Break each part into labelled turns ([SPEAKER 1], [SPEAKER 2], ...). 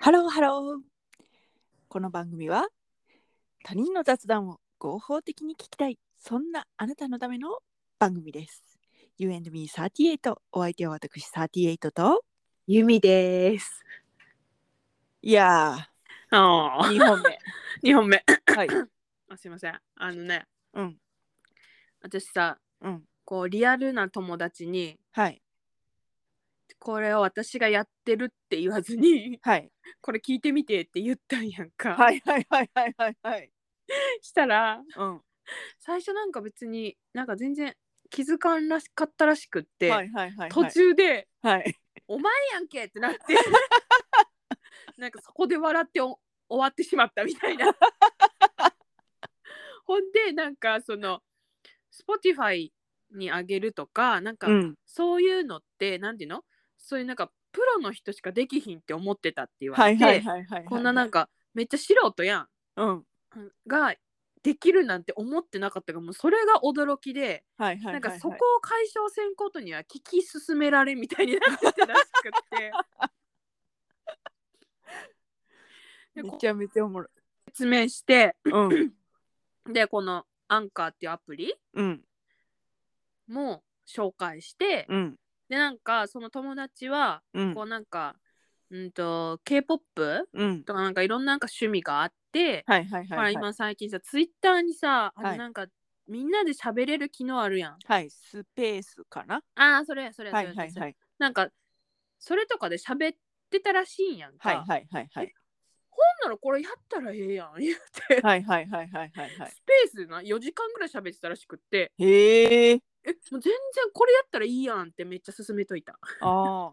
[SPEAKER 1] ハローハロー。この番組は他人の雑談を合法的に聞きたい、そんなあなたのための番組です。You and me38、お相手は私38と、
[SPEAKER 2] ゆみです。
[SPEAKER 1] いや
[SPEAKER 2] あ
[SPEAKER 1] ー、2本 目。
[SPEAKER 2] 2本目。
[SPEAKER 1] はい。
[SPEAKER 2] あすいません。あのね、
[SPEAKER 1] うん、
[SPEAKER 2] 私さ、
[SPEAKER 1] うん、
[SPEAKER 2] こうリアルな友達に、
[SPEAKER 1] はい、
[SPEAKER 2] これを私がやってるって言わずに、
[SPEAKER 1] はい、
[SPEAKER 2] これ聞いてみてって言ったんやんか。
[SPEAKER 1] はい、はい、はい、はい、はい、はい。
[SPEAKER 2] したら、
[SPEAKER 1] うん、は
[SPEAKER 2] 最初なんか別になんか全然気づかんらしかったらしくって、
[SPEAKER 1] い、はい、はい、はい。
[SPEAKER 2] 途中で、
[SPEAKER 1] はい、
[SPEAKER 2] お前やんけってなって、 なんかそこで笑ってお終わってしまったみたいな。 ほんでなんかその Spotify にあげるとかなんか
[SPEAKER 1] うん、
[SPEAKER 2] そういうのってなんていうのそういうなんかプロの人しかできひんって思ってたって言わ
[SPEAKER 1] は
[SPEAKER 2] れ
[SPEAKER 1] い、
[SPEAKER 2] て、
[SPEAKER 1] はい、はい、はい。
[SPEAKER 2] こんななん
[SPEAKER 1] か、
[SPEAKER 2] かめっちゃ素人や
[SPEAKER 1] うん、
[SPEAKER 2] んができるなんて思ってなかったからもうそれが驚きで、
[SPEAKER 1] はい、はい。
[SPEAKER 2] なんかそこ
[SPEAKER 1] はい
[SPEAKER 2] を解消せんことには聞き進められみたいになってたらし くって。で
[SPEAKER 1] め
[SPEAKER 2] こう
[SPEAKER 1] ちゃめちゃおもろい。
[SPEAKER 2] 説明して
[SPEAKER 1] うん、
[SPEAKER 2] でこのアンカーっていうアプリ
[SPEAKER 1] うん、
[SPEAKER 2] も紹介して、
[SPEAKER 1] うん、
[SPEAKER 2] でなんかその友達は
[SPEAKER 1] うん
[SPEAKER 2] こう、なんか、うんと K-POP
[SPEAKER 1] うん。
[SPEAKER 2] とかなんかいろんななんか趣味があって、
[SPEAKER 1] はい、はい、
[SPEAKER 2] ほ
[SPEAKER 1] は
[SPEAKER 2] ら
[SPEAKER 1] い。はい
[SPEAKER 2] 今最近さツイッターにさあ
[SPEAKER 1] は
[SPEAKER 2] の
[SPEAKER 1] い
[SPEAKER 2] なんか、みんなで喋れる機能あるやん
[SPEAKER 1] はい、スペースかな。
[SPEAKER 2] ああそれやそれや
[SPEAKER 1] は
[SPEAKER 2] そ
[SPEAKER 1] い、
[SPEAKER 2] れや、
[SPEAKER 1] はい、
[SPEAKER 2] それ
[SPEAKER 1] は
[SPEAKER 2] や
[SPEAKER 1] い。
[SPEAKER 2] なんかそれとかで喋ってたらしいんやんか、
[SPEAKER 1] はい、はい、はい、はい。
[SPEAKER 2] ほんならこれやったらええやん言って、
[SPEAKER 1] はいはいはいはいはいはい。
[SPEAKER 2] スペースでな4時間ぐらい喋ってたらしくって
[SPEAKER 1] へえ。
[SPEAKER 2] えもう全然これやったらいいやんってめっちゃ勧めといた
[SPEAKER 1] ああ。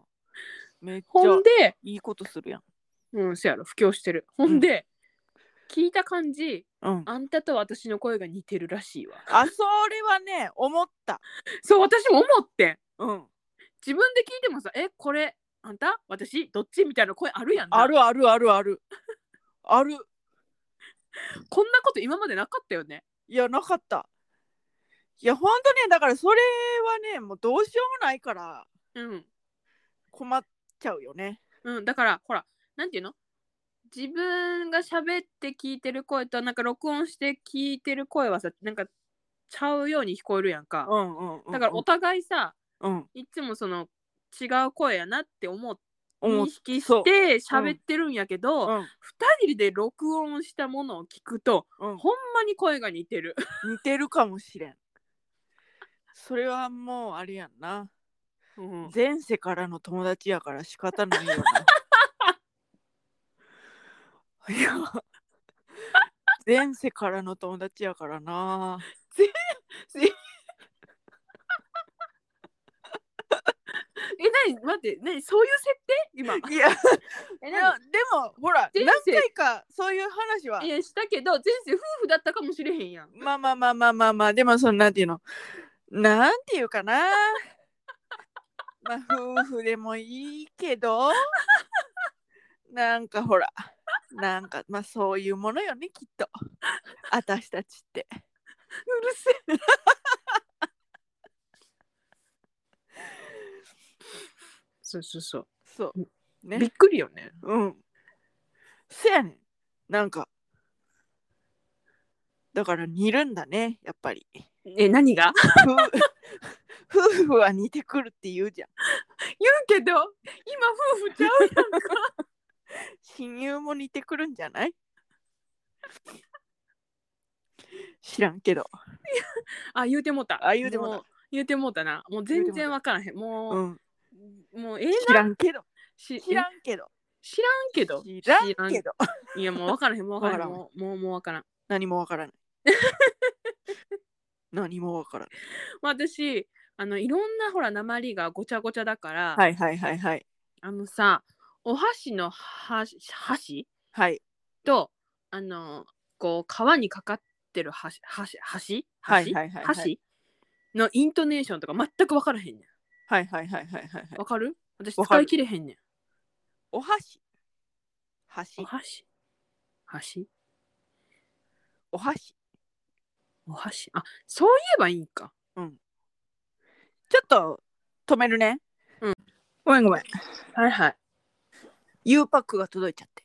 [SPEAKER 1] めっち
[SPEAKER 2] ほ
[SPEAKER 1] ゃ
[SPEAKER 2] んで、
[SPEAKER 1] いいことするやん。
[SPEAKER 2] うん、そやろ、布教してる。ほんで、聞いた感じ、
[SPEAKER 1] うん。
[SPEAKER 2] あんたと私の声が似てるらしいわ。
[SPEAKER 1] あ、それはね、思った。
[SPEAKER 2] そう、私も思ってん。
[SPEAKER 1] うん。
[SPEAKER 2] 自分で聞いてもさ、え、これ、あんた私どっちみたいな声あるやんな
[SPEAKER 1] あるあるあるある。ある。
[SPEAKER 2] こんなこと今までなかったよね。
[SPEAKER 1] いや、なかった。いや、ほんとね、だからそれはね、もうどうしようもないから
[SPEAKER 2] うん。
[SPEAKER 1] 困っちゃうよね。
[SPEAKER 2] うん、だから、ほら、なんていうの自分が喋って聞いてる声と、なんか録音して聞いてる声はさ、なんかちゃうように聞こえるやんか。
[SPEAKER 1] んうん、うん。
[SPEAKER 2] だからお互いさ、
[SPEAKER 1] うん。
[SPEAKER 2] いつもその違う声やなって思って
[SPEAKER 1] 思っ
[SPEAKER 2] 認識
[SPEAKER 1] そう
[SPEAKER 2] して喋ってるんやけど、
[SPEAKER 1] うん
[SPEAKER 2] 2人で録音したものを聞くと
[SPEAKER 1] うん、
[SPEAKER 2] ほんまに声が似てる
[SPEAKER 1] 似てるかもしれん。それはもうあれやんな。
[SPEAKER 2] うん
[SPEAKER 1] 前世からの友達やから仕方ないよな。 いや前世からの友達やからな。
[SPEAKER 2] え何待って何そういう設定今
[SPEAKER 1] いやい
[SPEAKER 2] え
[SPEAKER 1] やでもほら
[SPEAKER 2] 前
[SPEAKER 1] 何
[SPEAKER 2] 世
[SPEAKER 1] 回かそういう話は
[SPEAKER 2] 何えしたけど前世夫婦だったかもしれへんやん
[SPEAKER 1] まあまあまあまあまあまあでもそのなんていうのなんていうかな。まあ夫婦でもいいけどなんかほらなんかまあそういうものよねきっと私たちって。
[SPEAKER 2] うるせえそうそうそう、
[SPEAKER 1] そうう。ね
[SPEAKER 2] びっ。くりよね
[SPEAKER 1] うん。せやねん。なんか。だから似るんだね、やっぱり。
[SPEAKER 2] え何が
[SPEAKER 1] 夫夫 婦は似てくるって言うじゃん。
[SPEAKER 2] 言うけど今夫婦ちゃうやんか
[SPEAKER 1] 親友も似てくるんじゃない 知らんけど。
[SPEAKER 2] あ言うてもうた
[SPEAKER 1] あ言うてもうた
[SPEAKER 2] う言うてもうたなもう全然わからへんもう
[SPEAKER 1] うん。
[SPEAKER 2] もうええ
[SPEAKER 1] 知らんけど。
[SPEAKER 2] し
[SPEAKER 1] 知らんけど。
[SPEAKER 2] 知らんけど
[SPEAKER 1] 知らんけど。
[SPEAKER 2] いやもう分からへんもう分からへん
[SPEAKER 1] わ
[SPEAKER 2] もうもうもう分からん、
[SPEAKER 1] 何もわからない。何もわからない。
[SPEAKER 2] まあ、私あのいろんなほら鉛がごちゃごちゃだから、
[SPEAKER 1] はいはいはいはい。
[SPEAKER 2] あのさお箸の箸箸
[SPEAKER 1] はい。
[SPEAKER 2] とあのこう皮にかかってる箸箸箸
[SPEAKER 1] はい
[SPEAKER 2] 箸
[SPEAKER 1] はいはいはい
[SPEAKER 2] 箸のイントネーションとか全く分からへんね
[SPEAKER 1] はいはいはいはいはいはい
[SPEAKER 2] ん。わかる私
[SPEAKER 1] わか
[SPEAKER 2] 使
[SPEAKER 1] る
[SPEAKER 2] い切れへんねん
[SPEAKER 1] お箸。箸
[SPEAKER 2] お。箸箸
[SPEAKER 1] お箸。
[SPEAKER 2] お箸あそういえばいいんか
[SPEAKER 1] ちょっと止めるね。
[SPEAKER 2] うん。
[SPEAKER 1] ごめんごめん。
[SPEAKER 2] はいはい
[SPEAKER 1] U パックが届いちゃって。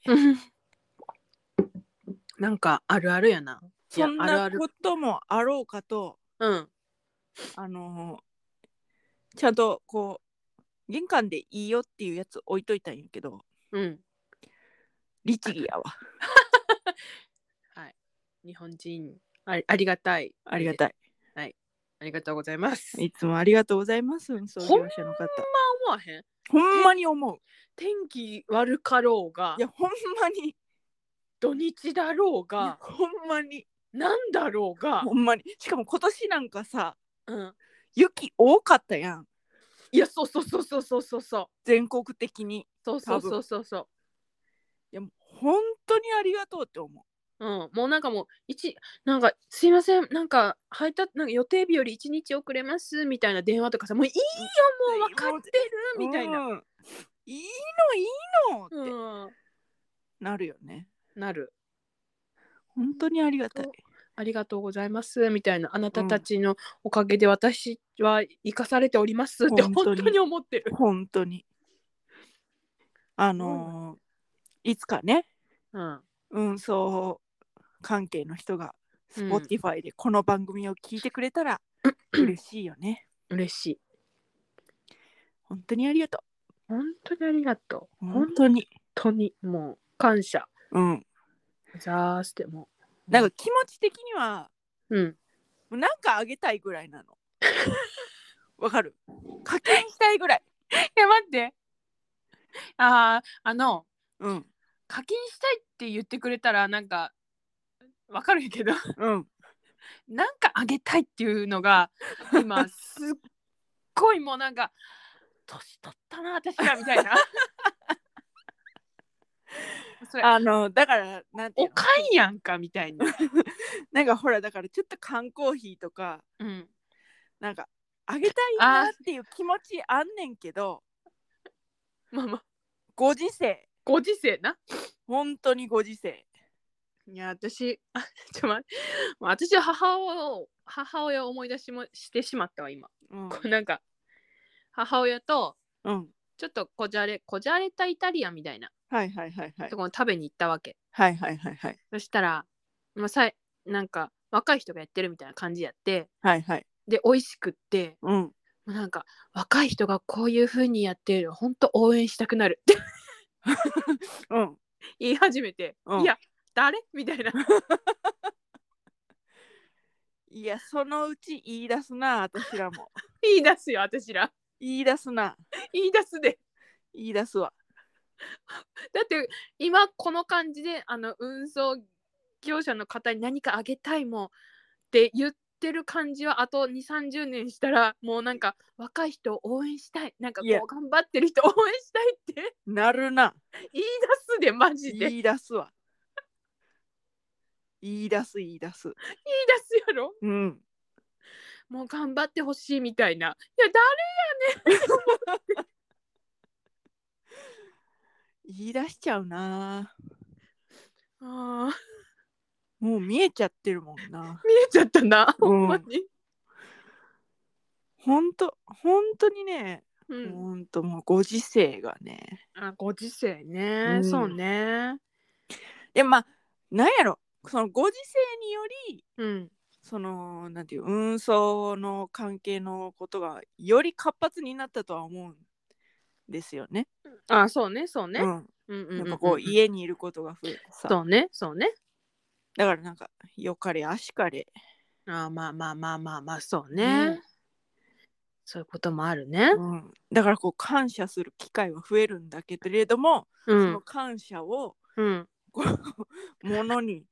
[SPEAKER 2] なんかあるあるやな。いや
[SPEAKER 1] そん
[SPEAKER 2] あるあ
[SPEAKER 1] な
[SPEAKER 2] る
[SPEAKER 1] こともあろうかと、
[SPEAKER 2] うん。
[SPEAKER 1] あのーちゃんとこう、玄関でいいよっていうやつ置いといたんやけど、
[SPEAKER 2] うん。
[SPEAKER 1] 律儀やわ。
[SPEAKER 2] はい。日本人ありありがたい。
[SPEAKER 1] ありがたい。
[SPEAKER 2] ありがとうございます。
[SPEAKER 1] いつもありがとうございます、運送業者の方。
[SPEAKER 2] 思わへん
[SPEAKER 1] ほんまに思う。
[SPEAKER 2] 天気悪かろうが
[SPEAKER 1] いや、ほんまに、い
[SPEAKER 2] 土日だろう
[SPEAKER 1] や
[SPEAKER 2] が
[SPEAKER 1] ほんまに、
[SPEAKER 2] なんだろうが
[SPEAKER 1] ほ、んまに。しかも今年なんかさ、
[SPEAKER 2] うん、
[SPEAKER 1] 雪多かったやん、
[SPEAKER 2] いやそうそうそうそうそうそうそう
[SPEAKER 1] 全国的に。
[SPEAKER 2] そうそうそうそうそう
[SPEAKER 1] いや、もう本当にありがとうって思
[SPEAKER 2] うん、もうなんかもう一なんかすいませんなんか配達なんか予定日より1日遅れますみたいな電話とかさもういいよ
[SPEAKER 1] う。
[SPEAKER 2] もう分かって
[SPEAKER 1] う
[SPEAKER 2] る
[SPEAKER 1] ん
[SPEAKER 2] みたいな、
[SPEAKER 1] うんいいの、いいのって。
[SPEAKER 2] うん、
[SPEAKER 1] なるよね。
[SPEAKER 2] なる
[SPEAKER 1] 本当にありがたい
[SPEAKER 2] そ。ありがとうございますみたいなあなたたちのおかげで私は生かされておりますって
[SPEAKER 1] 本
[SPEAKER 2] 本
[SPEAKER 1] 当に
[SPEAKER 2] 当に思ってる、
[SPEAKER 1] 本当に。あのーいつかね、
[SPEAKER 2] うん、
[SPEAKER 1] 運送関係の人が
[SPEAKER 2] うん
[SPEAKER 1] Spotify でこの番組を聞いてくれた ら嬉しいよね。
[SPEAKER 2] 嬉しい
[SPEAKER 1] 本当にありがと
[SPEAKER 2] 本当にありがとう
[SPEAKER 1] う。
[SPEAKER 2] 本
[SPEAKER 1] 本当に。
[SPEAKER 2] 当にもう感謝
[SPEAKER 1] うん。
[SPEAKER 2] ざーしても
[SPEAKER 1] なんか気持ち的には、
[SPEAKER 2] うん
[SPEAKER 1] なんかあげたいぐらい なの。わかる課金したいぐらい。
[SPEAKER 2] え待ってあああの
[SPEAKER 1] うん。
[SPEAKER 2] 課金したいって言ってくれたらなんかわかるんやけど
[SPEAKER 1] うん。
[SPEAKER 2] なんかあげたいっていうのが今すっごいもうなんか年取ったな私らみたいな それ
[SPEAKER 1] あの、だから、なんてい
[SPEAKER 2] お
[SPEAKER 1] うの
[SPEAKER 2] かんやんかみたいな、
[SPEAKER 1] なんかほら、だからちょっと缶コーヒーとか、
[SPEAKER 2] うん、
[SPEAKER 1] なんかあげたいなっていう気持ちあんねんけど
[SPEAKER 2] まあまあ
[SPEAKER 1] ご時世
[SPEAKER 2] ご時世な
[SPEAKER 1] 本当にご時世
[SPEAKER 2] いや私あちょっと待ってもう私は母親を母親を思い出しもしてしまったわ今
[SPEAKER 1] うん
[SPEAKER 2] こうなんか母親と
[SPEAKER 1] うん
[SPEAKER 2] ちょっとこじゃれこじゃれたイタリアンみたいな
[SPEAKER 1] はいはいはいはい
[SPEAKER 2] ところに食べに行ったわけ
[SPEAKER 1] はいはいはいはい
[SPEAKER 2] そしたら、まあ、さいなんか若い人がやってるみたいな感じやって
[SPEAKER 1] はいはい
[SPEAKER 2] で美味しくって
[SPEAKER 1] うん
[SPEAKER 2] もうなんか若い人がこういう風にやってるほんと応援したくなるって
[SPEAKER 1] うん
[SPEAKER 2] 言い始めて、
[SPEAKER 1] うん
[SPEAKER 2] いや誰みたい な
[SPEAKER 1] いやそのうち言い出すな私らも
[SPEAKER 2] 言い出すよ私ら
[SPEAKER 1] 言い出すな
[SPEAKER 2] 言い出すで
[SPEAKER 1] 言い出すわ
[SPEAKER 2] だって今この感じであの運送業者の方に何かあげたいもんって言ってる感じはあと2 3 0年したらもうなんか若い人を応援したいなんかこ
[SPEAKER 1] いや
[SPEAKER 2] う頑張ってる人を応援したいって
[SPEAKER 1] なるな
[SPEAKER 2] 言い出すでマジで言い
[SPEAKER 1] 言い出すわ言い出す言い出す
[SPEAKER 2] 出すやろ
[SPEAKER 1] うん
[SPEAKER 2] もう頑張ってほしいみたいないや
[SPEAKER 1] 言い出しちゃうな
[SPEAKER 2] 誰あー
[SPEAKER 1] もう見えちゃってるもんな
[SPEAKER 2] 見えちゃったな、
[SPEAKER 1] うん
[SPEAKER 2] ほんまに、
[SPEAKER 1] 本当本当にね
[SPEAKER 2] うん、
[SPEAKER 1] 本当もうご時世がね
[SPEAKER 2] あご時世ね、
[SPEAKER 1] うん
[SPEAKER 2] そうね
[SPEAKER 1] でまあなんやろそのご時世により
[SPEAKER 2] うん
[SPEAKER 1] そのなんていう運送の関係のことがより活発になったとは思うんですよね。
[SPEAKER 2] あそうねそうね、
[SPEAKER 1] うん、
[SPEAKER 2] うんうん
[SPEAKER 1] や
[SPEAKER 2] う
[SPEAKER 1] っ
[SPEAKER 2] ん
[SPEAKER 1] ぱこう
[SPEAKER 2] うん
[SPEAKER 1] 家にいることが増えてさ、
[SPEAKER 2] そうねそうね
[SPEAKER 1] だからなんかよかれあしかれ、
[SPEAKER 2] あーまあまあまあまあまあそうね、
[SPEAKER 1] うん
[SPEAKER 2] そういうこともあるね
[SPEAKER 1] うん、だからこう感謝する機会は増えるんだけれども、
[SPEAKER 2] う
[SPEAKER 1] その
[SPEAKER 2] ん
[SPEAKER 1] 感謝を
[SPEAKER 2] うん
[SPEAKER 1] こうものに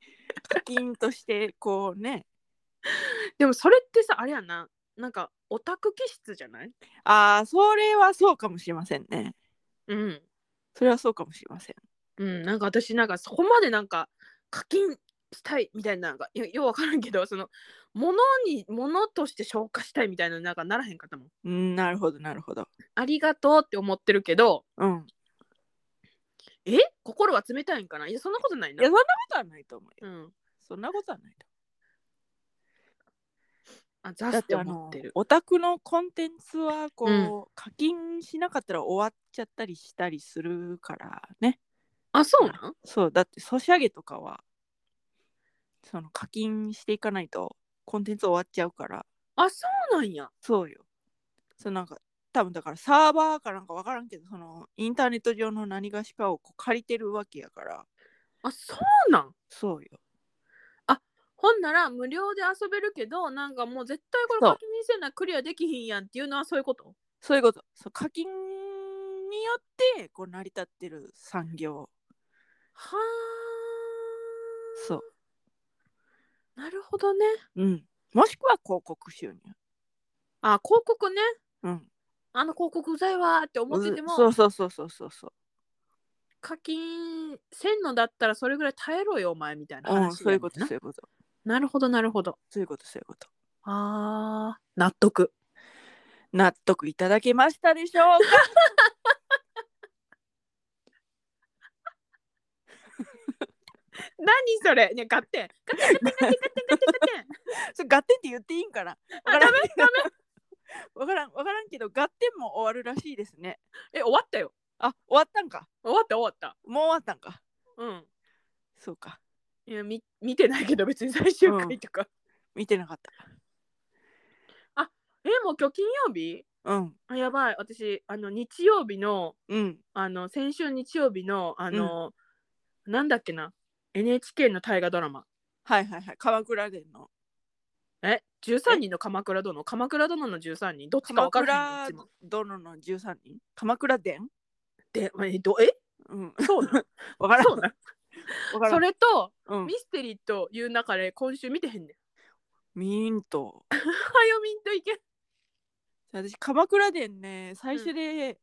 [SPEAKER 1] 課金としてこうね
[SPEAKER 2] でもそれってさあれやななんかオタク気質じゃない
[SPEAKER 1] ああそれはそうかもしれませんね
[SPEAKER 2] うん
[SPEAKER 1] それはそうかもしれません。
[SPEAKER 2] うんなんか私なんかそこまでなんか課金したいみたいななんかよようわからんけどそのものにものとして消化したいみたいななんかならへんかったもん
[SPEAKER 1] うん、なるほどなるほど。
[SPEAKER 2] ありがとうって思ってるけど
[SPEAKER 1] うん。
[SPEAKER 2] え心は冷たいんかないやそんなことない
[SPEAKER 1] いや、
[SPEAKER 2] な
[SPEAKER 1] そんなことはないと思うよ。
[SPEAKER 2] うん
[SPEAKER 1] そんなことはないと
[SPEAKER 2] ああザ
[SPEAKER 1] だっ
[SPEAKER 2] スってて
[SPEAKER 1] あ
[SPEAKER 2] 思
[SPEAKER 1] の
[SPEAKER 2] ってる
[SPEAKER 1] オタクのコンテンツはこう、
[SPEAKER 2] うん
[SPEAKER 1] 課金しなかったら終わっちゃったりしたりするからね
[SPEAKER 2] あそうなん
[SPEAKER 1] そうだってソシャゲとかはその課金していかないとコンテンツ終わっちゃうから
[SPEAKER 2] あそうなんや
[SPEAKER 1] そうよそうなんか多分だからサーバーかなんか分からんけどそのインターネット上の何がしかをこう借りてるわけやから
[SPEAKER 2] あそうなん
[SPEAKER 1] そうよ
[SPEAKER 2] ほんなら無料で遊べるけどなんかもう絶対これ
[SPEAKER 1] そう
[SPEAKER 2] 課金せなクリアできひんやんっていうのはそういうこと
[SPEAKER 1] そういうことそう課金によってこう成り立ってる産業
[SPEAKER 2] はあ
[SPEAKER 1] そう
[SPEAKER 2] なるほどね
[SPEAKER 1] うん。もしくは広告収入。
[SPEAKER 2] あ広告ね
[SPEAKER 1] うん。
[SPEAKER 2] あの広告うざいわーって思ってても
[SPEAKER 1] そうそうそうそうそうそう。
[SPEAKER 2] 課金せんのだったらそれぐらい耐えろよお前みたいな話
[SPEAKER 1] う
[SPEAKER 2] やね
[SPEAKER 1] ん、
[SPEAKER 2] んな
[SPEAKER 1] そういうこと、そういうこと。
[SPEAKER 2] なるほどなるほど
[SPEAKER 1] そういうこと、そういうこと。
[SPEAKER 2] あー納得
[SPEAKER 1] 納得いただけましたでしょうか
[SPEAKER 2] 何それねガッテンガッテンガッテンガッテンガッテンガッテンガッテン
[SPEAKER 1] それガッテンって言っていいんかな
[SPEAKER 2] あ
[SPEAKER 1] わからんけど。 わからん、わからんけど、ガッテンも終わるらしいですね。
[SPEAKER 2] え終わったよ
[SPEAKER 1] あ、終わったんか。
[SPEAKER 2] 終わった終わっ
[SPEAKER 1] もう終わったんか。
[SPEAKER 2] たうん
[SPEAKER 1] そうか。
[SPEAKER 2] いやみ見てないけど別に最終回とか、
[SPEAKER 1] 見てなかっ
[SPEAKER 2] えもう今日金曜日
[SPEAKER 1] た。うん。
[SPEAKER 2] あやばい私あの日曜日の
[SPEAKER 1] うん。
[SPEAKER 2] あの先週日曜日のあの、なんだっけな NHK の大河ドラマ
[SPEAKER 1] はいはいはい。鎌倉殿の。
[SPEAKER 2] え13人の鎌倉殿鎌倉殿の13人どっちか
[SPEAKER 1] 鎌
[SPEAKER 2] 分から
[SPEAKER 1] 倉
[SPEAKER 2] へんのいつも
[SPEAKER 1] 殿の13人。鎌倉殿
[SPEAKER 2] でえどえ
[SPEAKER 1] うん。
[SPEAKER 2] そ うなん
[SPEAKER 1] わからん。
[SPEAKER 2] そうなん
[SPEAKER 1] わからん。
[SPEAKER 2] それと
[SPEAKER 1] うん
[SPEAKER 2] ミ、ステリーという中で今週見てへ んねん。
[SPEAKER 1] ミント。
[SPEAKER 2] はよみんといけん。
[SPEAKER 1] 私鎌倉殿ね最初で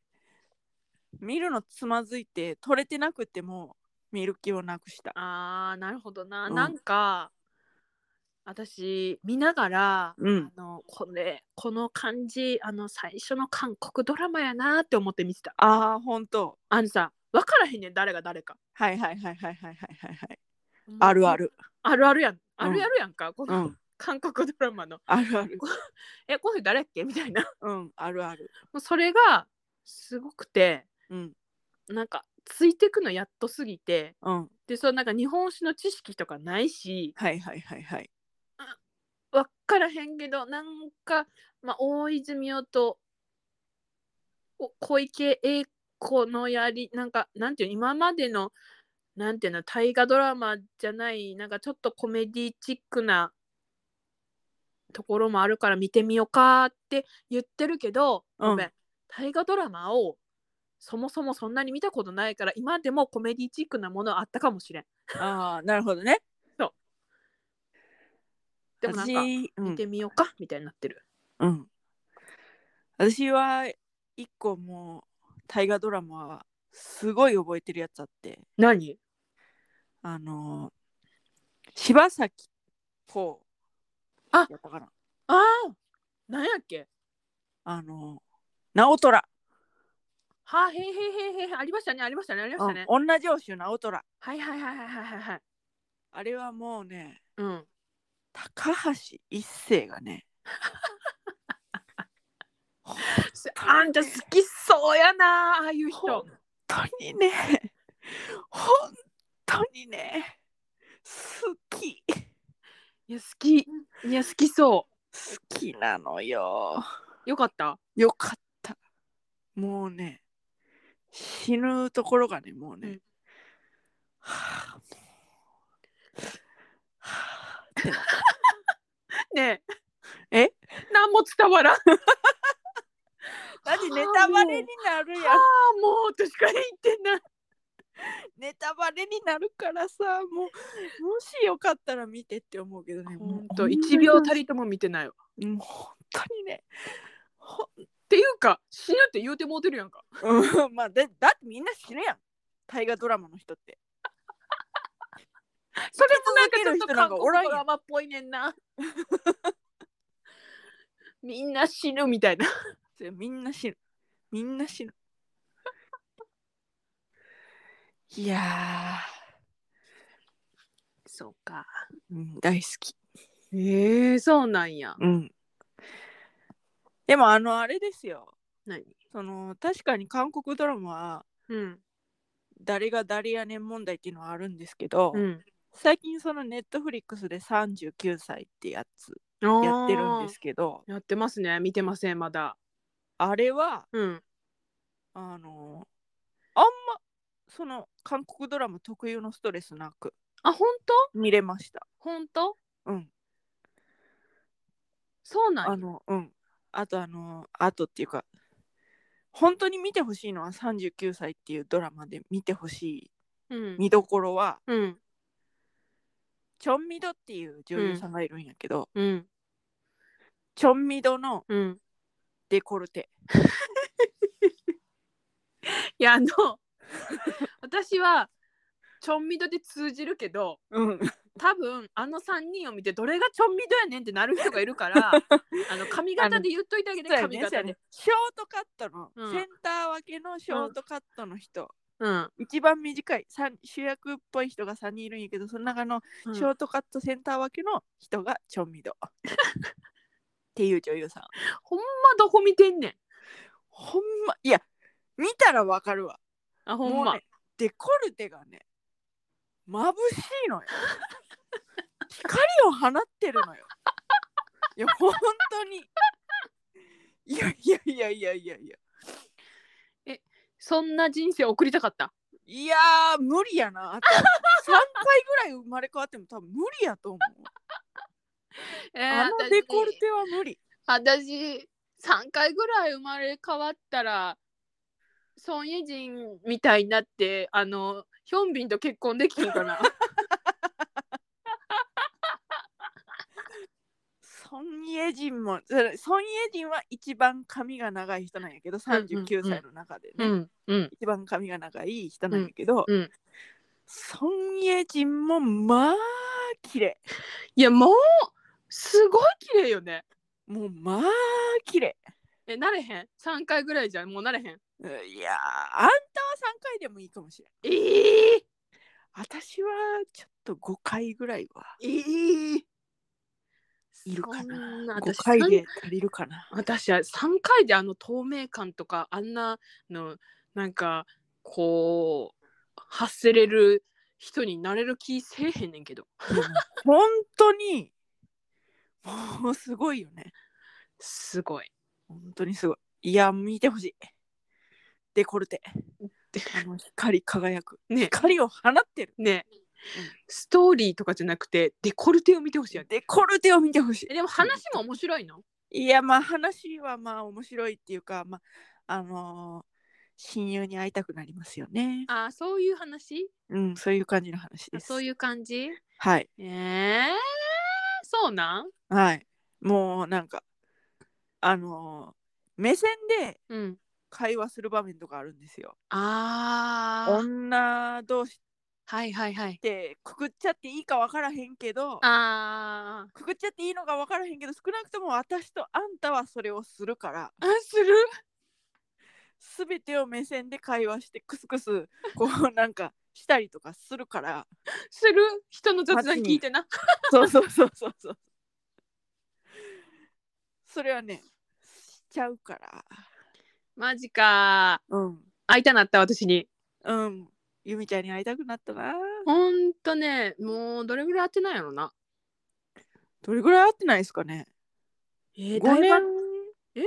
[SPEAKER 1] 見るのつまずいて取れてなくても見る気をなくした
[SPEAKER 2] あーなるほどな。
[SPEAKER 1] うん
[SPEAKER 2] なんか私見ながら、
[SPEAKER 1] うん
[SPEAKER 2] あのこれこの感じあの最初の韓国ドラマやなって思って見てた。
[SPEAKER 1] ああほんと
[SPEAKER 2] あのさ分からへんねん誰が誰か。
[SPEAKER 1] はいはいはいはいはいはいはいはいあるあ。る
[SPEAKER 2] あるあるやん。あるあるやんか、こ
[SPEAKER 1] う
[SPEAKER 2] の
[SPEAKER 1] ん
[SPEAKER 2] 韓国ドラマの。
[SPEAKER 1] あるある
[SPEAKER 2] えこの人誰やっけみたいな。も
[SPEAKER 1] うんあるある
[SPEAKER 2] うそれがすごくて
[SPEAKER 1] うん
[SPEAKER 2] なんかついてくのやっとすぎて。
[SPEAKER 1] うん
[SPEAKER 2] でそのなんか日本史の知識とかないし
[SPEAKER 1] はいはいはいはい
[SPEAKER 2] 分からへんけどなんか、まあ、大泉洋とお小池栄子のやりなんかなんていうの今までのなんていうの大河ドラマじゃないなんかちょっとコメディチックなところもあるから見てみようかって言ってるけど、
[SPEAKER 1] うん
[SPEAKER 2] ごめん大河ドラマをそもそもそんなに見たことないから今でもコメディチックなものあったかもしれん。
[SPEAKER 1] ああなるほどね
[SPEAKER 2] でもなんか
[SPEAKER 1] 私う
[SPEAKER 2] 見
[SPEAKER 1] ん
[SPEAKER 2] てみようか、みたいになってる。
[SPEAKER 1] うん私は一個もう大河ドラマはすごい覚えてるやつあって
[SPEAKER 2] 何
[SPEAKER 1] あのー柴咲コウ
[SPEAKER 2] あ
[SPEAKER 1] やったかな
[SPEAKER 2] ああ何やっけ
[SPEAKER 1] あの、直虎。
[SPEAKER 2] はあ、へいへいへいへいありましたねありましたねありましたね、
[SPEAKER 1] うん女上司直虎。
[SPEAKER 2] はいはいはいはいはいはいはい
[SPEAKER 1] あれはもうね、
[SPEAKER 2] うん
[SPEAKER 1] 高橋一生がね。本
[SPEAKER 2] あんた好きそうやなああいう人
[SPEAKER 1] 当に ね、本当にね、好き、好
[SPEAKER 2] いや好きいや好きそ
[SPEAKER 1] きなのよ。
[SPEAKER 2] うよかった
[SPEAKER 1] よかった。もうね、死ぬところがね、もうね、
[SPEAKER 2] うん
[SPEAKER 1] はあ、もう、はあ、ってなった
[SPEAKER 2] ね
[SPEAKER 1] え
[SPEAKER 2] 何も伝わらんあ
[SPEAKER 1] だってネタバレになるやん。
[SPEAKER 2] あもうとしか言ってない
[SPEAKER 1] ネタバレになるからさ、もう、もしよかったら見てって思うけどね。も
[SPEAKER 2] ほ
[SPEAKER 1] うん
[SPEAKER 2] と1秒たりとも見てないわっ
[SPEAKER 1] もう本当にね。ほ
[SPEAKER 2] ていうか死ぬって言うてもうてるや んか
[SPEAKER 1] うん、まあで、だってみんな死ぬやん。大河ドラマの人って。
[SPEAKER 2] それもなんかち
[SPEAKER 1] 生き続け
[SPEAKER 2] ょっと
[SPEAKER 1] る人なん
[SPEAKER 2] 韓
[SPEAKER 1] か
[SPEAKER 2] 国
[SPEAKER 1] おらんやん
[SPEAKER 2] ドラマっぽいねんな みんな死ぬみたいな
[SPEAKER 1] それみんな死ぬ。みんな死ぬ。いや
[SPEAKER 2] そうか
[SPEAKER 1] ー、うん、大好き。
[SPEAKER 2] ええそうなんや。
[SPEAKER 1] うん。でもあのあれですよ
[SPEAKER 2] 何
[SPEAKER 1] その確かに韓国ドラマは
[SPEAKER 2] うん。
[SPEAKER 1] 誰が誰やねん問題っていうのはあるんですけど、
[SPEAKER 2] うん。
[SPEAKER 1] 最近そのネットフリックスで39歳ってやつや
[SPEAKER 2] や
[SPEAKER 1] ってるんですけど
[SPEAKER 2] やってますね。見てません、まだ。
[SPEAKER 1] あれは
[SPEAKER 2] うん。
[SPEAKER 1] あのあんまその韓国ドラマ特有のストレスなく
[SPEAKER 2] あ、本当
[SPEAKER 1] 見れました
[SPEAKER 2] 本当
[SPEAKER 1] うん。
[SPEAKER 2] そうなん
[SPEAKER 1] あ
[SPEAKER 2] や
[SPEAKER 1] のうんあとあのあとっていうか本当に見てほしいのは39歳っていうドラマで見てほし
[SPEAKER 2] うん
[SPEAKER 1] い。見どころは
[SPEAKER 2] うん。
[SPEAKER 1] チョンミドっていう女優さんがいるんやけど、
[SPEAKER 2] うん。
[SPEAKER 1] チョンミドの
[SPEAKER 2] うん。
[SPEAKER 1] デコルテ
[SPEAKER 2] いや、あの、 私は、ちょんみどで通じるけど、
[SPEAKER 1] うん
[SPEAKER 2] 多分あの3人を見てどれがちょんみどやねんってなる人がいるか らあの髪型で言っといてあげて
[SPEAKER 1] そうや
[SPEAKER 2] 髪
[SPEAKER 1] ねそう
[SPEAKER 2] 型
[SPEAKER 1] や
[SPEAKER 2] で
[SPEAKER 1] ね。ショートカットの、
[SPEAKER 2] うん
[SPEAKER 1] センター分けのショートカットの人、
[SPEAKER 2] うん
[SPEAKER 1] 一番短いさん主役っぽい人が3人いるんやけどその中の
[SPEAKER 2] うん
[SPEAKER 1] ショートカットセンター分けの人がチョンミド、 っていう女優さん
[SPEAKER 2] ほんまどこ見てんねん
[SPEAKER 1] ほんまいや見たらわかるわ
[SPEAKER 2] あほん
[SPEAKER 1] も
[SPEAKER 2] ま、
[SPEAKER 1] うねデコルテがね眩しい のよ光を放ってるのよいや本当にいやいやいやいやいやいや
[SPEAKER 2] そんな人生送りたかった
[SPEAKER 1] いやー無理やなあと3回ぐらい生まれ変わっても多分無理やと思 う
[SPEAKER 2] え
[SPEAKER 1] あのデコルテは無理
[SPEAKER 2] 私3回ぐらい生まれ変わったら孫エジンみたいになってあのヒョンビンと結婚できる かな
[SPEAKER 1] ソン・イェジンもそれソン・イェジンは一番髪が長い人なんやけど39歳の中でね、
[SPEAKER 2] んうん
[SPEAKER 1] 一番髪が長い人なんやけど、
[SPEAKER 2] うんうん
[SPEAKER 1] ソン・イェジンもまあ綺麗
[SPEAKER 2] いやもうすごい綺麗よね
[SPEAKER 1] もうまあ綺麗
[SPEAKER 2] えなれへん3回ぐらいじゃもうなれへん
[SPEAKER 1] うんいやーあんたは3回でもいいかもしれん
[SPEAKER 2] えー、
[SPEAKER 1] 私はちょっと5回ぐらいは
[SPEAKER 2] えー、
[SPEAKER 1] いるか
[SPEAKER 2] そん
[SPEAKER 1] な5
[SPEAKER 2] な私
[SPEAKER 1] 回で足りるかな
[SPEAKER 2] 私は3回であの透明感とかあんなのなんかこう発せれる人になれる気せえへんねんけど
[SPEAKER 1] でも本当にもうすごいよね
[SPEAKER 2] すごい
[SPEAKER 1] 本当にすごいいや見てほしいデコルテ
[SPEAKER 2] で
[SPEAKER 1] あの光り輝く
[SPEAKER 2] ね
[SPEAKER 1] 光を放ってる
[SPEAKER 2] ね、
[SPEAKER 1] うん
[SPEAKER 2] ストーリーとかじゃなくてデコルテを見てほしいよね
[SPEAKER 1] デコルテを見てほし
[SPEAKER 2] えでも話も面白いの
[SPEAKER 1] いいやまあ話はまあ面白いっていうかまああのー親友に会いたくなりますよね
[SPEAKER 2] あーそういう話
[SPEAKER 1] うんそういう感じの話です
[SPEAKER 2] そういう感じ
[SPEAKER 1] はい
[SPEAKER 2] えー、そうなん
[SPEAKER 1] はいもうなんかあのー目線で
[SPEAKER 2] うん
[SPEAKER 1] 会話する場面とかあるんですよ
[SPEAKER 2] あー
[SPEAKER 1] 女同士
[SPEAKER 2] はいはいはい
[SPEAKER 1] ってくくっちゃっていいか分からへんけど
[SPEAKER 2] あ
[SPEAKER 1] くくっちゃっていいのか分からへんけど少なくとも私とあんたはそれをするから
[SPEAKER 2] ーあする
[SPEAKER 1] 全てを目線で会話してクスク スこうなんかしたりとかするから
[SPEAKER 2] する人の雑談聞いてな
[SPEAKER 1] そうそうそうそうそうそれはねしちゃうから
[SPEAKER 2] マジか
[SPEAKER 1] うん
[SPEAKER 2] 会いたなった私に
[SPEAKER 1] うんゆみちゃんに会いたくなったな
[SPEAKER 2] ほんとねもうどれぐらい会ってないやろな
[SPEAKER 1] どれぐらい会ってないですかね
[SPEAKER 2] え
[SPEAKER 1] 5
[SPEAKER 2] だいぶ
[SPEAKER 1] 年
[SPEAKER 2] え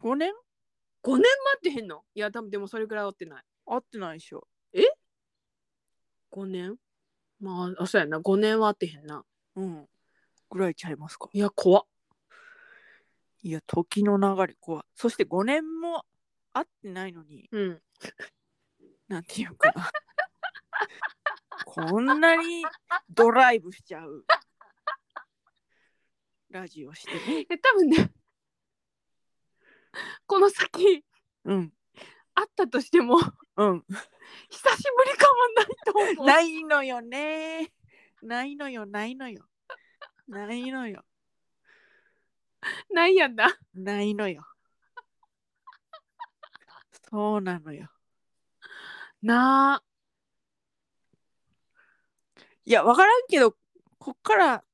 [SPEAKER 1] 5年
[SPEAKER 2] 5年待ってへんのいや多分でもそれぐらい会ってない
[SPEAKER 1] 会ってないでしょ
[SPEAKER 2] 5年まああそうやな5年は会ってへんな
[SPEAKER 1] うんぐらいちゃいますか
[SPEAKER 2] いや怖っ
[SPEAKER 1] いや、時の流れ怖い。そして5年も会ってないのに、
[SPEAKER 2] うん
[SPEAKER 1] なんていうかな。こんなにドライブしちゃう。ラジオしてね。
[SPEAKER 2] え多分ね この先
[SPEAKER 1] うん。
[SPEAKER 2] 会ったとしても久し
[SPEAKER 1] うん。
[SPEAKER 2] ぶりかもないと思う
[SPEAKER 1] ないのよね。ないのよ、ないのよ。ないのよ。
[SPEAKER 2] ないやんな
[SPEAKER 1] ないのよ。そうなのよ。
[SPEAKER 2] なあ
[SPEAKER 1] いや、わからんけど、こっから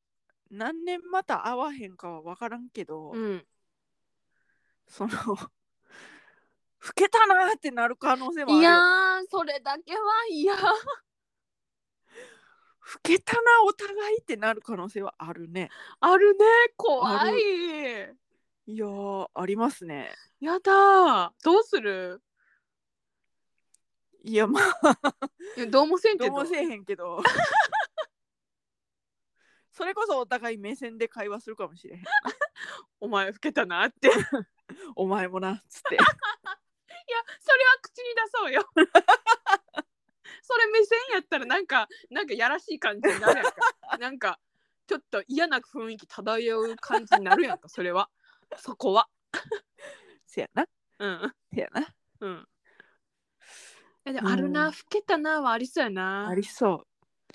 [SPEAKER 1] 何年また会わへんかはわからんけど、
[SPEAKER 2] うん
[SPEAKER 1] その老けたなーってなる可能性もあ
[SPEAKER 2] い
[SPEAKER 1] る
[SPEAKER 2] や
[SPEAKER 1] よ
[SPEAKER 2] ーそれだけは嫌
[SPEAKER 1] 老けたなお互いってなる可能性はあるね
[SPEAKER 2] あるね怖
[SPEAKER 1] あ
[SPEAKER 2] い
[SPEAKER 1] いやーありますね
[SPEAKER 2] やだーどうする
[SPEAKER 1] いやまあ
[SPEAKER 2] いやどうもせん
[SPEAKER 1] ど
[SPEAKER 2] け
[SPEAKER 1] う
[SPEAKER 2] ど
[SPEAKER 1] もせえへんけど それこそお互い目線で会話するかもしれへん
[SPEAKER 2] お前老けたなって いやそれは
[SPEAKER 1] お前もなっつって
[SPEAKER 2] 口に出そうよ それ目線やったらなんかなんかやらしい感じになるや んかなんかちょっと嫌な雰囲気漂う感じになるやんかそれはそこは
[SPEAKER 1] せやな
[SPEAKER 2] うん
[SPEAKER 1] せやな
[SPEAKER 2] うんえでもある
[SPEAKER 1] う
[SPEAKER 2] な、
[SPEAKER 1] ん
[SPEAKER 2] 老けたなはありそうやな
[SPEAKER 1] ありそう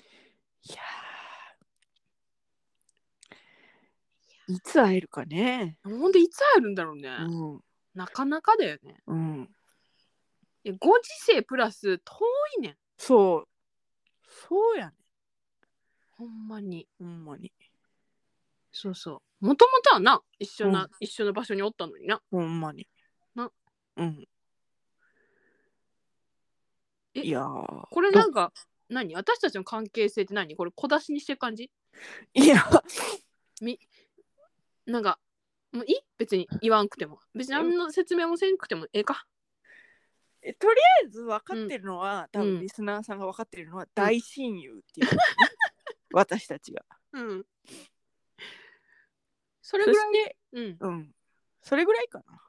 [SPEAKER 1] いやーいつ会えるかね
[SPEAKER 2] ほんでいつ会えるんだろうね、
[SPEAKER 1] うん
[SPEAKER 2] なかなかだよね
[SPEAKER 1] うん
[SPEAKER 2] いやご時世プラス遠いねん
[SPEAKER 1] そうそうやね
[SPEAKER 2] ほんまに
[SPEAKER 1] ほんまに
[SPEAKER 2] そうそうもともとはな一緒な、
[SPEAKER 1] うん
[SPEAKER 2] 一緒の場所におったのにな
[SPEAKER 1] ほんまに
[SPEAKER 2] な
[SPEAKER 1] うん
[SPEAKER 2] え
[SPEAKER 1] いやー
[SPEAKER 2] これなんか何私たちの関係性って何これ小出しにしてる感じ
[SPEAKER 1] い や
[SPEAKER 2] なんかもういい別に言わんくても別に何の説明もせんくてもええか
[SPEAKER 1] えとりあえず分かってるのは、多
[SPEAKER 2] うん
[SPEAKER 1] 分リスナーさんが分かってるのは、大親友っていう、ね私たちが
[SPEAKER 2] うんそ
[SPEAKER 1] そ
[SPEAKER 2] れ
[SPEAKER 1] し
[SPEAKER 2] ぐらい
[SPEAKER 1] て
[SPEAKER 2] うん
[SPEAKER 1] うんそれぐらいかな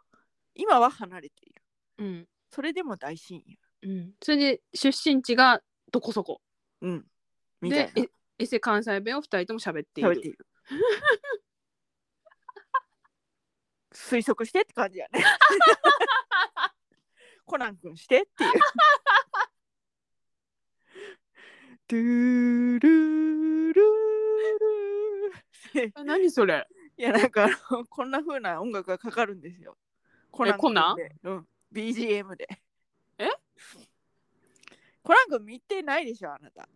[SPEAKER 1] 今は離れている
[SPEAKER 2] うん
[SPEAKER 1] それでも大親友
[SPEAKER 2] うんそれで出身地がどこそこ
[SPEAKER 1] うんみたい
[SPEAKER 2] で
[SPEAKER 1] な
[SPEAKER 2] えエセ関西弁を2人とも喋ってい
[SPEAKER 1] 食べ
[SPEAKER 2] る
[SPEAKER 1] ている推測してって感じ やねコナン君してっていうドゥルルルル
[SPEAKER 2] え何それ
[SPEAKER 1] いやなんかあのこんな風な音楽がかかるんですよ。コ
[SPEAKER 2] えコナン
[SPEAKER 1] 君で、うん、BGM で。
[SPEAKER 2] え
[SPEAKER 1] コナン君見てないでしょあなた。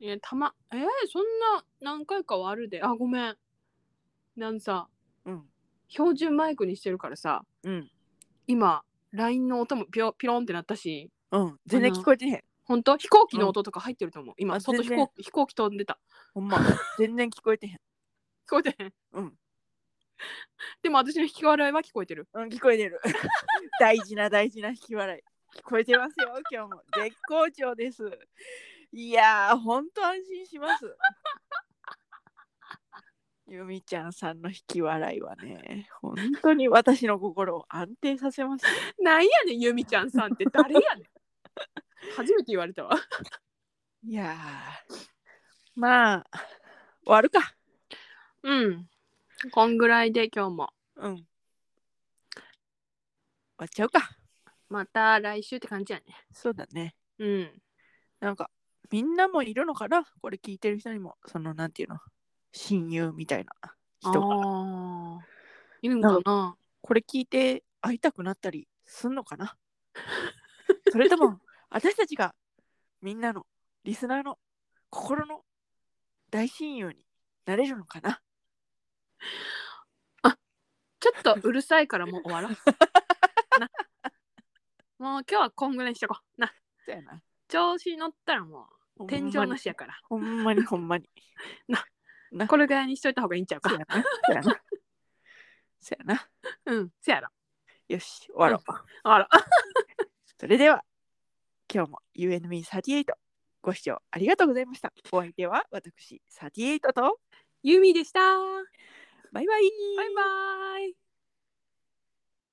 [SPEAKER 2] いやたまえー、そんな何回かはあるであごめんなんさ
[SPEAKER 1] うん
[SPEAKER 2] 標準マイクにしてるからさ
[SPEAKER 1] うん
[SPEAKER 2] 今 LINE の音もピロピロンってなったし
[SPEAKER 1] うん全然聞こえてへん。
[SPEAKER 2] 本当飛行機の音とか入ってると思う、今
[SPEAKER 1] あ
[SPEAKER 2] 外飛
[SPEAKER 1] 全
[SPEAKER 2] 行
[SPEAKER 1] 然
[SPEAKER 2] 飛行機飛んでた
[SPEAKER 1] ほ んま全然聞こえてへん。
[SPEAKER 2] 聞こえてへん
[SPEAKER 1] うん
[SPEAKER 2] でも私の引き笑いは聞こえてる
[SPEAKER 1] うん聞こえてる。 大事な大事な引き笑い。聞こえてますよ今日も絶好調です。いやーほんと安心します。ゆみちゃんさんの引き笑いはね、本当に私の心を安定させます。
[SPEAKER 2] なんやねんゆみちゃんさんって誰 やねん初めて言われたわ
[SPEAKER 1] いやーまあ終わるか
[SPEAKER 2] うんこんぐらいで今日も
[SPEAKER 1] うん終わっちゃうか
[SPEAKER 2] また来週って感じやね
[SPEAKER 1] そうだね
[SPEAKER 2] うん
[SPEAKER 1] なんかみんなもいるのかなこれ聞いてる人にもそのなんていうの親友みたいな人が
[SPEAKER 2] ああいるんかな
[SPEAKER 1] これ聞いて会いたくなったりすんのかな それとも私たちがみんなのリスナーの心の大親友になれるのかな
[SPEAKER 2] ちょっとうるさいからもう終わろう。なもう今日はこんぐらいにしとこう。な
[SPEAKER 1] そうやな
[SPEAKER 2] 調子に乗ったらもう天井なしやから。
[SPEAKER 1] ほんまにほんまに
[SPEAKER 2] な
[SPEAKER 1] な
[SPEAKER 2] これぐらいにしといた方がいいんちゃう
[SPEAKER 1] そ
[SPEAKER 2] か
[SPEAKER 1] や。な。そやな。そやな。
[SPEAKER 2] うん、せやろ。
[SPEAKER 1] よし、終わろう。
[SPEAKER 2] あら。
[SPEAKER 1] それでは、今日も UNME38 ご視聴ありがとうございました。お相手は私38と
[SPEAKER 2] ユミでした。
[SPEAKER 1] バイバイ。
[SPEAKER 2] バイバイ。